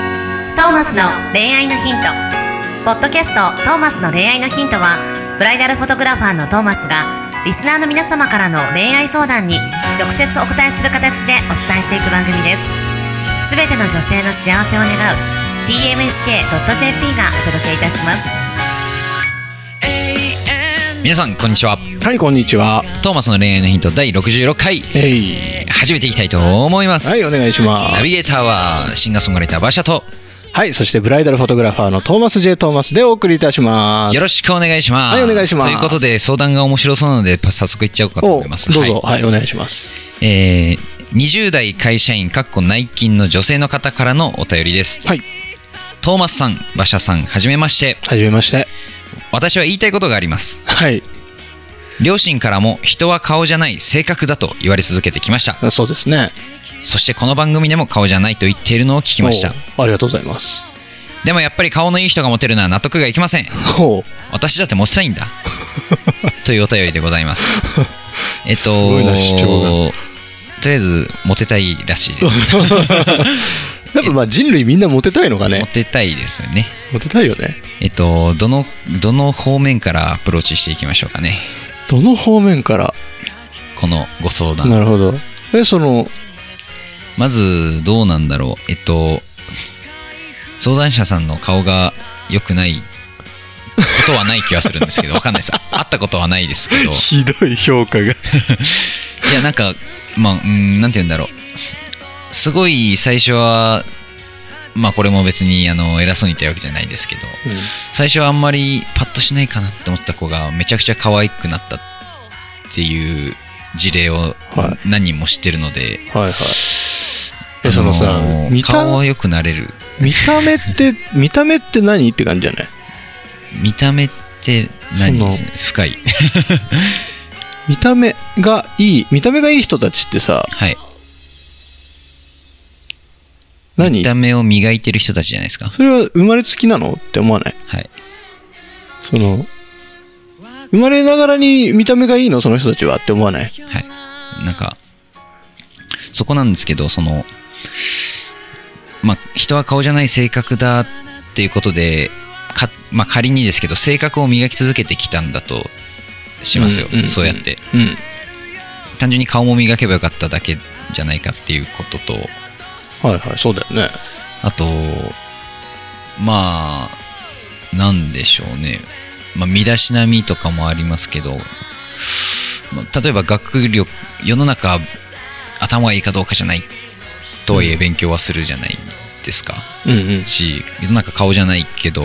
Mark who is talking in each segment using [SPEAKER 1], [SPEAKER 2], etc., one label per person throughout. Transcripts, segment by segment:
[SPEAKER 1] ーマスの恋愛のヒント」ポッドキャスト「トーマスの恋愛のヒントは」ブライダルフォトグラファーのトーマスがリスナーの皆様からの恋愛相談に直接お答えする形でお伝えしていく番組ですすべての女性の幸せを願う tmsk.jp がお届けいたします
[SPEAKER 2] 皆さんこんにちは
[SPEAKER 3] はい、こんにちは。
[SPEAKER 2] トーマスの恋愛のヒント第66回
[SPEAKER 3] えい。
[SPEAKER 2] 始めていきたいと思います
[SPEAKER 3] はい、お願いしま
[SPEAKER 2] ナ
[SPEAKER 3] す。
[SPEAKER 2] ビゲーターはシンガーソングライター馬車と
[SPEAKER 3] はい、そしてブライダルフォトグラファーのトーマス J. トーマスでお送りいたします。
[SPEAKER 2] よろしくお願いします
[SPEAKER 3] はいお願いします
[SPEAKER 2] ということで相談が面白そうなので早速いっちゃおうかと
[SPEAKER 3] お
[SPEAKER 2] 思い
[SPEAKER 3] ど
[SPEAKER 2] ま
[SPEAKER 3] う
[SPEAKER 2] す
[SPEAKER 3] ぞ、
[SPEAKER 2] は
[SPEAKER 3] はい、お願いします。
[SPEAKER 2] いえー20代会社員かっこ内勤の女性の方からのお便りです
[SPEAKER 3] はい、
[SPEAKER 2] トーマスさん馬車さんはじめまして
[SPEAKER 3] はじめまして。
[SPEAKER 2] 私は言いたいことがあります
[SPEAKER 3] はい、
[SPEAKER 2] 両親からも人は顔じゃない性格だと言われ続けてきました
[SPEAKER 3] そうですね。
[SPEAKER 2] そしてこの番組でも顔じゃないと言っているのを聞きました
[SPEAKER 3] お。ありがとうございます。
[SPEAKER 2] でもやっぱり顔のいい人がモテるのは納得がいきません
[SPEAKER 3] おう
[SPEAKER 2] 私だってモテたいん だというお便りでございますえっと
[SPEAKER 3] すごいな主張
[SPEAKER 2] とりあえずモテたいらしいです
[SPEAKER 3] やっぱまあ人類みんなモテたいのか
[SPEAKER 2] モ
[SPEAKER 3] ね。
[SPEAKER 2] テたいですよね
[SPEAKER 3] モテたいよね。
[SPEAKER 2] えっとどのどの方面からアプローチしていきましょうかね
[SPEAKER 3] どの方面から。
[SPEAKER 2] このご相談
[SPEAKER 3] なるほど。え、その、
[SPEAKER 2] まずどうなんだろうえっと相談者さんの顔が良くないことはない気はするんですけどわかんないです会ったことはないですけど
[SPEAKER 3] ひどい評価が。
[SPEAKER 2] いやなんかまあうんなんて言うんだろうすごい最初はまあこれも別にあの偉そうに言ったわけじゃないですけど最初はあんまりパッとしないかなって思った子がめちゃくちゃ可愛くなったっていう事例を
[SPEAKER 3] は
[SPEAKER 2] 何人も知ってるので、
[SPEAKER 3] はいはい。え、そのさ
[SPEAKER 2] あの、
[SPEAKER 3] 見
[SPEAKER 2] 顔
[SPEAKER 3] た
[SPEAKER 2] は良くなれる
[SPEAKER 3] 見た目って、見た目って何って感じじゃない
[SPEAKER 2] 見た目って何
[SPEAKER 3] その
[SPEAKER 2] 深い
[SPEAKER 3] 見た目がいい見た目がいい人たちってさ
[SPEAKER 2] はい
[SPEAKER 3] 何
[SPEAKER 2] 見た目を磨いてる人たちじゃないですか
[SPEAKER 3] それは生まれつきなのって思わない
[SPEAKER 2] はい
[SPEAKER 3] その生まれながらに見た目がいいのその人たちはって思わない
[SPEAKER 2] はい、なんかそこなんですけどそのまあ人は顔じゃない性格だっていうことでか、まあ、仮にですけど性格を磨き続けてきたんだとしますよ、
[SPEAKER 3] うんうんうん
[SPEAKER 2] そうやって
[SPEAKER 3] うん
[SPEAKER 2] 単純に顔も磨けばよかっただけじゃないかっていうことと
[SPEAKER 3] はいはいそうだよね
[SPEAKER 2] あとまあなんでしょうね、まあ、身だしなみとかもありますけど、まあ例えば学力世の中頭がいいかどうかじゃないとはいえ勉強はするじゃないですか、
[SPEAKER 3] うんうん
[SPEAKER 2] し世の中顔じゃないけど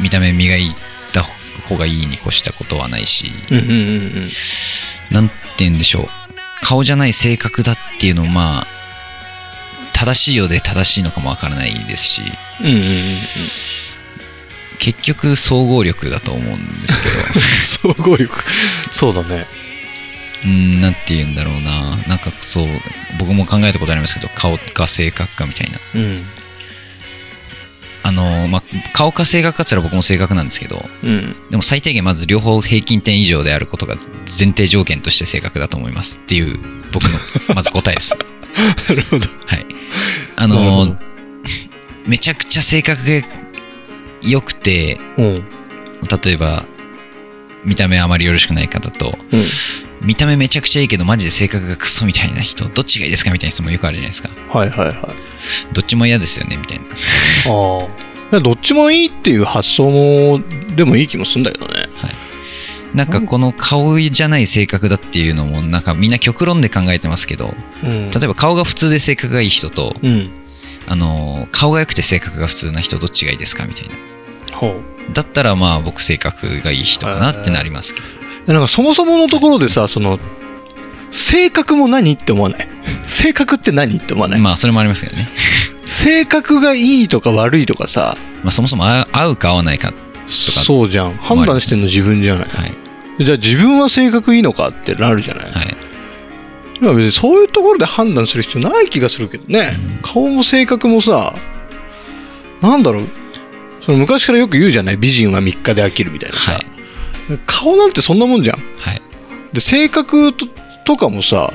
[SPEAKER 2] 見た目磨いた方がいいに越したことはないし
[SPEAKER 3] うんうんうん うん
[SPEAKER 2] なんて言うんでしょう顔じゃない性格だっていうのをまあ正しいようで正しいのかもわからないですし
[SPEAKER 3] うんうんうんうん
[SPEAKER 2] 結局総合力だと思うんですけど
[SPEAKER 3] 総合力そうだね
[SPEAKER 2] うんなんて言うんだろうななんかそう僕も考えたことありますけど顔か性格かみたいな
[SPEAKER 3] うん
[SPEAKER 2] あのまあ顔か性格かっつったら僕も性格なんですけど
[SPEAKER 3] うん
[SPEAKER 2] でも最低限まず両方平均点以上であることが前提条件として性格だと思いますっていう僕のまず答え です
[SPEAKER 3] なるほど
[SPEAKER 2] はいあ
[SPEAKER 3] なるほ
[SPEAKER 2] の
[SPEAKER 3] ど
[SPEAKER 2] めちゃくちゃ性格が良くて
[SPEAKER 3] うん
[SPEAKER 2] 例えば見た目あまりよろしくない方と
[SPEAKER 3] うん
[SPEAKER 2] 見た目めちゃくちゃいいけどマジで性格がクソみたいな人どっちがいいですかみたいな質問よくあるじゃないですか
[SPEAKER 3] はいはいはい
[SPEAKER 2] どっちも嫌ですよねみたいな
[SPEAKER 3] ああどっちもいいっていう発想もでもいい気もするんだけどね
[SPEAKER 2] なんかこの顔じゃない性格だっていうのもなんかみんな極論で考えてますけど
[SPEAKER 3] うん
[SPEAKER 2] 例えば顔が普通で性格がいい人と
[SPEAKER 3] うん
[SPEAKER 2] あのー顔が良くて性格が普通な人どっちがいいですかみたいな
[SPEAKER 3] ほう
[SPEAKER 2] だったらまあ僕性格がいい人かなってなりますけど
[SPEAKER 3] いやなんかそもそものところでさその性格も何って思わない 性格って何って思わない、
[SPEAKER 2] まあそれもありますけどね
[SPEAKER 3] 性格がいいとか悪いとかさ
[SPEAKER 2] まあそもそも合う合うか合わないか
[SPEAKER 3] そうじゃん判断してんの自分じゃない
[SPEAKER 2] はい
[SPEAKER 3] じゃあ自分は性格いいのかってなるじゃない、
[SPEAKER 2] はい
[SPEAKER 3] まあ別にそういうところで判断する必要ない気がするけどね顔も性格もさなんだろうその昔からよく言うじゃない美人は3日で飽きるみたいなさ、
[SPEAKER 2] はい
[SPEAKER 3] 顔なんてそんなもんじゃん
[SPEAKER 2] はい
[SPEAKER 3] で性格ととかもさ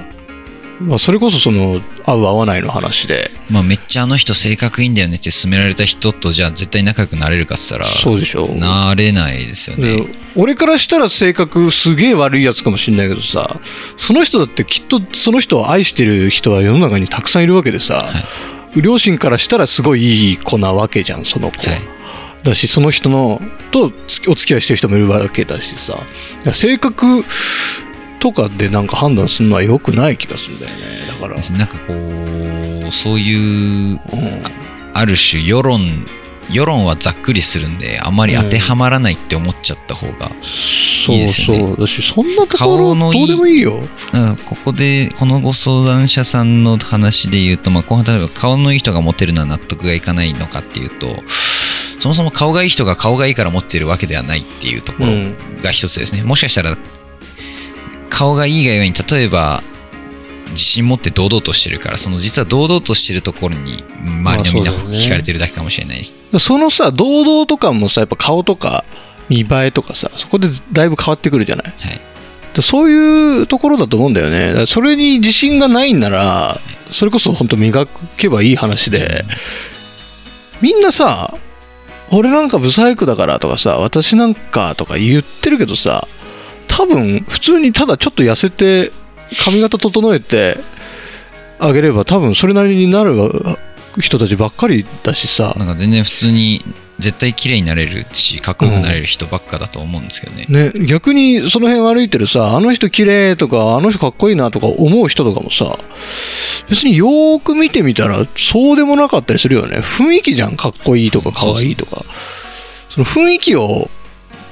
[SPEAKER 3] まあ、それこそその合う合わないの話で
[SPEAKER 2] まあ、めっちゃあの人性格いいんだよねって勧められた人とじゃあ絶対仲良くなれるかっつったら
[SPEAKER 3] そうでしょ
[SPEAKER 2] なれないですよね
[SPEAKER 3] で俺からしたら性格すげえ悪いやつかもしんないけどさその人だってきっとその人を愛してる人は世の中にたくさんいるわけでさ、両親からしたらすごいいい子なわけじゃんその子は、
[SPEAKER 2] はい
[SPEAKER 3] だしその人のとつお付き合いしてる人もいるわけだしさだから性格とかでなんか判断するのは良くない気がするんだよねだから、
[SPEAKER 2] なんかこうそういう
[SPEAKER 3] うん
[SPEAKER 2] ある種世論世論はざっくりするんであまり当てはまらないって思っちゃった方が、
[SPEAKER 3] そ
[SPEAKER 2] いいうですよね
[SPEAKER 3] そうだしそんなとこ
[SPEAKER 2] 顔
[SPEAKER 3] ろ
[SPEAKER 2] のいい
[SPEAKER 3] ど
[SPEAKER 2] う
[SPEAKER 3] でもいいよ
[SPEAKER 2] うんここでこのご相談者さんの話で言うと、まあ、後半例えば顔のいい人がモテるのは納得がいかないのかっていうとそもそも顔がいい人が顔がいいから持ってるわけではないっていうところ
[SPEAKER 3] うん
[SPEAKER 2] が一つですね、もしかしたら顔がいいがゆえに例えば自信持って堂々としてるからその実は堂々としてるところに周りのみんな
[SPEAKER 3] まあそうだよね
[SPEAKER 2] 惹かれてるだけかもしれないし、
[SPEAKER 3] そのさ堂々とかもさやっぱ顔とか見栄えとかさそこでだいぶ変わってくるじゃない
[SPEAKER 2] はい
[SPEAKER 3] だそういうところだと思うんだよねだからそれに自信がないんならそれこそ本当磨けばいい話でみんなさ俺なんかブサイクだからとかさ私なんかとか言ってるけどさ多分普通にただちょっと痩せて髪型整えてあげれば多分それなりになる人たちばっかりだしさ、
[SPEAKER 2] なんか全然普通に絶対綺麗になれるしかっこよくなれる人ばっかだと思うんですけどね、
[SPEAKER 3] ね、逆にその辺歩いてるさあの人綺麗とかあの人かっこいいなとか思う人とかもさ別によーく見てみたらそうでもなかったりするよね雰囲気じゃんかっこいいとかかわいいとかその雰囲気を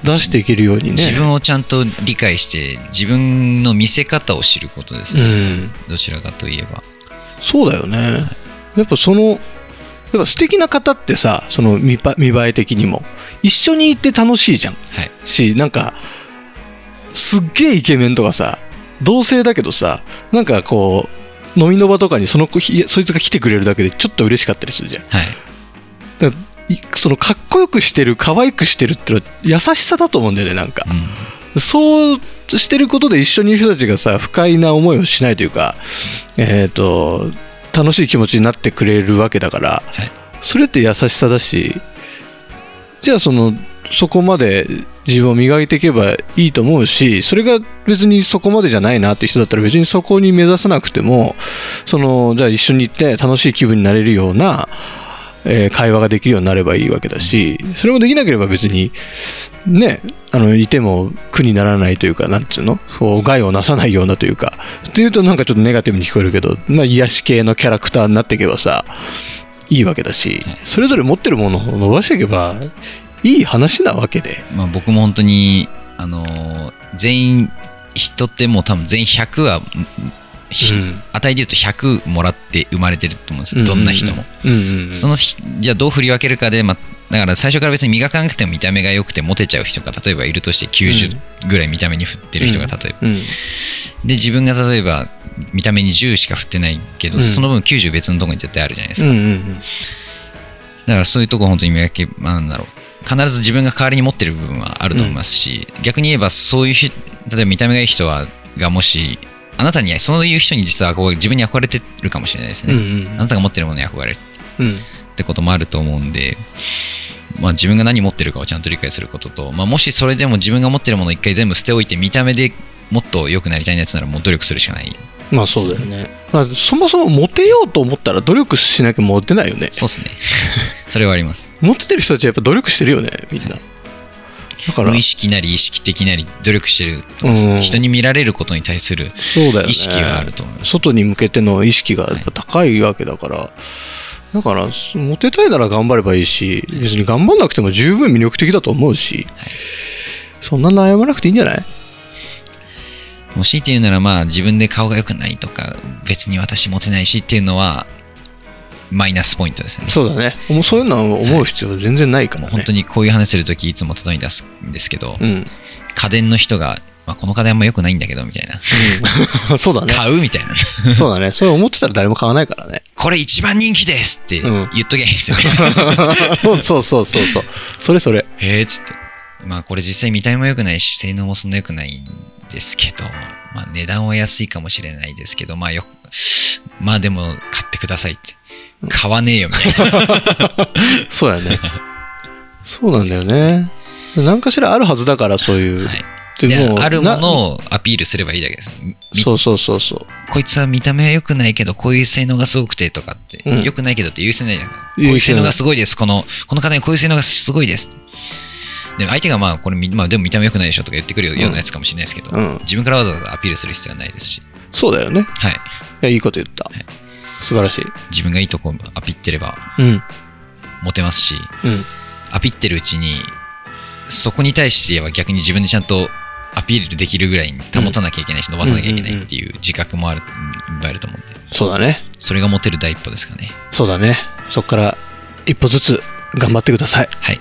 [SPEAKER 3] 出していけるようにね
[SPEAKER 2] 自分をちゃんと理解して自分の見せ方を知ることですね、
[SPEAKER 3] うん
[SPEAKER 2] どちらかといえば
[SPEAKER 3] そうだよねやっぱそのやっぱ素敵な方ってさその見ば見栄え的にも一緒に行って楽しいじゃん
[SPEAKER 2] はい
[SPEAKER 3] しなんかすっげえイケメンとかさ同性だけどさなんかこう飲みの場とかにその子ひそいつが来てくれるだけでちょっと嬉しかったりするじゃん
[SPEAKER 2] はい
[SPEAKER 3] だからいそのかっこよくしてる可愛くしてるってのは優しさだと思うんだよねなんか
[SPEAKER 2] うん
[SPEAKER 3] そうしてることで一緒にいる人たちがさ不快な思いをしないというかえっ、と楽しい気持ちになってくれるわけだから、
[SPEAKER 2] はい
[SPEAKER 3] それって優しさだしじゃあそのそこまで自分を磨いていけばいいと思うしそれが別にそこまでじゃないなって人だったら別にそこに目指さなくてもそのじゃあ一緒に行って楽しい気分になれるような、えー会話ができるようになればいいわけだしそれもできなければ別にねあのいても苦にならないというかなんていうのこう害をなさないようなというかっていうとなんかちょっとネガティブに聞こえるけど、まあ、癒し系のキャラクターになっていけばさいいわけだしそれぞれ持ってるものを伸ばしていけばいい話なわけで。
[SPEAKER 2] まあ、僕も本当にあのー全員人ってもう多分全員100は、ひ
[SPEAKER 3] うん
[SPEAKER 2] 値で言うと100もらって生まれてると思うんですどんな人も、
[SPEAKER 3] うんうんうん
[SPEAKER 2] そのひじゃあどう振り分けるかで、まあ、だから最初から別に磨かなくても見た目が良くてモテちゃう人が例えばいるとして90ぐらい見た目に振ってる人が例えば、
[SPEAKER 3] うん
[SPEAKER 2] で自分が例えば見た目に10しか振ってないけど、
[SPEAKER 3] うん
[SPEAKER 2] その分90別のとこに絶対あるじゃないです
[SPEAKER 3] う
[SPEAKER 2] か、
[SPEAKER 3] んうん
[SPEAKER 2] だからそういうとこ本当に磨けまあなんだろう必ず自分が代わりに持ってる部分はあると思いますし、逆に言えばそういうひ例えば見た目がいい人はがもしあなたにそういう人に実は憧れ自分に憧れてるかもしれないです
[SPEAKER 3] うんう
[SPEAKER 2] ね、
[SPEAKER 3] ん
[SPEAKER 2] あなたが持ってるものに憧れる
[SPEAKER 3] うん
[SPEAKER 2] ってこともあると思うんで、まあ、自分が何持ってるかをちゃんと理解することと、まあ、もしそれでも自分が持ってるものを一回全部捨ておいて見た目でもっと良くなりたいなやつならもう努力するしかない
[SPEAKER 3] まあそうだよね、まあ、そもそもモテようと思ったら努力しなきゃモテないよね
[SPEAKER 2] そうです ねそれはあります
[SPEAKER 3] モテてる人たちはやっぱ努力してるよねみんなだから
[SPEAKER 2] 無意識なり意識的なり努力してると思います
[SPEAKER 3] うん
[SPEAKER 2] 人に見られることに対する
[SPEAKER 3] そうだよね
[SPEAKER 2] 意識はあると思います
[SPEAKER 3] 外に向けての意識がやっぱ高いわけだから、だからそモテたいなら頑張ればいいし別に頑張んなくても十分魅力的だと思うし、そんな悩まなくていいんじゃない
[SPEAKER 2] もしいて言うならまあ自分で顔が良くないとか別に私モテないしっていうのはマイナスポイントですよね
[SPEAKER 3] そうだねもうそういうのは思う必要は全然ないから
[SPEAKER 2] もう
[SPEAKER 3] ね、
[SPEAKER 2] 本当にこういう話するときいつも例えに出すんですけど、
[SPEAKER 3] うん
[SPEAKER 2] 家電の人が、まあ、この家電あんま良くないんだけどみたいな
[SPEAKER 3] うん そうだね
[SPEAKER 2] 買うみたいな
[SPEAKER 3] そうだねそれ思ってたら誰も買わないから ね
[SPEAKER 2] これ一番人気ですって
[SPEAKER 3] うん
[SPEAKER 2] 言っときゃいいですよ ね
[SPEAKER 3] そうそうそうそうそれそれ
[SPEAKER 2] へえっつってまあこれ実際見た目も良くないし性能もそんな良くないんですけど、まあ、値段は安いかもしれないですけどまあよまあでも買ってくださいって。買わねえよみたいな。
[SPEAKER 3] そうやね。そうなんだよね。何かしらあるはずだから、そういう。
[SPEAKER 2] はい
[SPEAKER 3] で
[SPEAKER 2] で
[SPEAKER 3] も
[SPEAKER 2] あるも
[SPEAKER 3] な
[SPEAKER 2] のをアピールすればいいだけです。み
[SPEAKER 3] そうそうそうそう。
[SPEAKER 2] こいつは見た目は良くないけど、こういう性能がすごくてとかって、
[SPEAKER 3] うん
[SPEAKER 2] 良くないけどって言う人いないじゃん。こう
[SPEAKER 3] 言
[SPEAKER 2] いうう
[SPEAKER 3] 人
[SPEAKER 2] 性
[SPEAKER 3] いない
[SPEAKER 2] 能がすごいです。この、この方にこういう性能がすごいです。でも相手がまあ、これみ、まあでも見た目良くないでしょとか言ってくるようなやつかもしれないですけど、
[SPEAKER 3] うん
[SPEAKER 2] 自分からわざわざアピールする必要はないですし、
[SPEAKER 3] そうだよね。
[SPEAKER 2] はい。
[SPEAKER 3] いや、いいこと言った
[SPEAKER 2] い。
[SPEAKER 3] 素晴らしい。
[SPEAKER 2] 自分がいいとこアピってれば、
[SPEAKER 3] うん。
[SPEAKER 2] モテますし、
[SPEAKER 3] うん。
[SPEAKER 2] アピってるうちに、そこに対して言えば逆に自分でちゃんとアピールできるぐらいに保たなきゃいけないし、伸ばさなきゃいけないっていう自覚もある、いっぱいあると思うんで、
[SPEAKER 3] そうだね。
[SPEAKER 2] それがモテる第一歩ですかね。
[SPEAKER 3] そうだね。そこから一歩ずつ頑張ってください。
[SPEAKER 2] はい。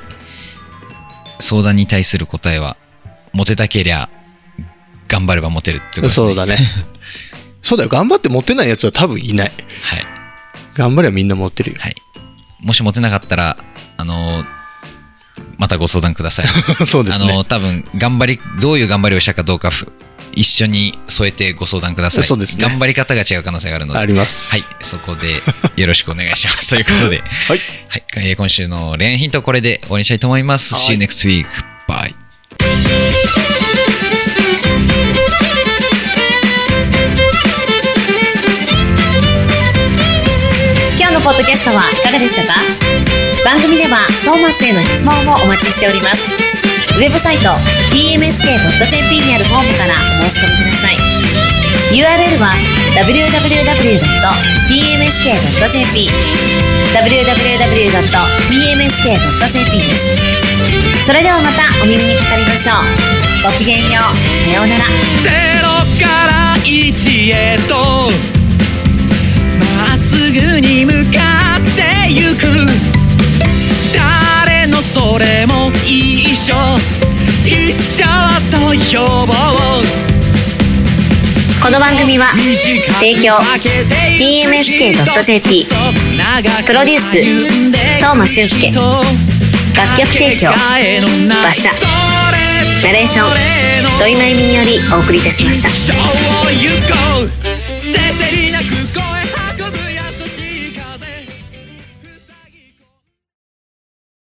[SPEAKER 2] 相談に対する答えは、モテたけりゃ、頑張ればモテるってことですね。
[SPEAKER 3] そうだね。 そうだよ。頑張って持ってないやつは多分いない。
[SPEAKER 2] はい。
[SPEAKER 3] 頑張りゃみんな持ってるよ。
[SPEAKER 2] はい。もしモテなかったら、あのーまたご相談ください。
[SPEAKER 3] そうです
[SPEAKER 2] あ
[SPEAKER 3] ね
[SPEAKER 2] の。ー多分、頑張り、どういう頑張りをしたかどうかふ、一緒に添えてご相談ください。
[SPEAKER 3] そうですね
[SPEAKER 2] 頑張り方が違う可能性があるので。
[SPEAKER 3] あります。
[SPEAKER 2] はい。そこで、よろしくお願いし ます。ということで、
[SPEAKER 3] はい。
[SPEAKER 2] はい。えー今週の恋愛ヒント、これで終わりにしたいと思います。
[SPEAKER 3] はい
[SPEAKER 2] See you next week. Bye.
[SPEAKER 1] 今日のポッドキャストはいかがでしたか番組ではトーマスへの質問もお待ちしておりますウェブサイト tmsk.jp にあるフォームからお申し込みください URL は www.tmsk.jp www.tmsk.jp ですそれではまたお耳にかかりましょうごきげんようさようなら
[SPEAKER 4] ゼロから一へとまっすぐに向かってゆく誰のそれも一緒一緒と呼ぼう
[SPEAKER 1] この番組は提供 TMSK.jp プロデュース東間俊介楽曲提供馬車ナレーション土井真由美によりお送りいたしました
[SPEAKER 4] 一生を行こうせせりなく声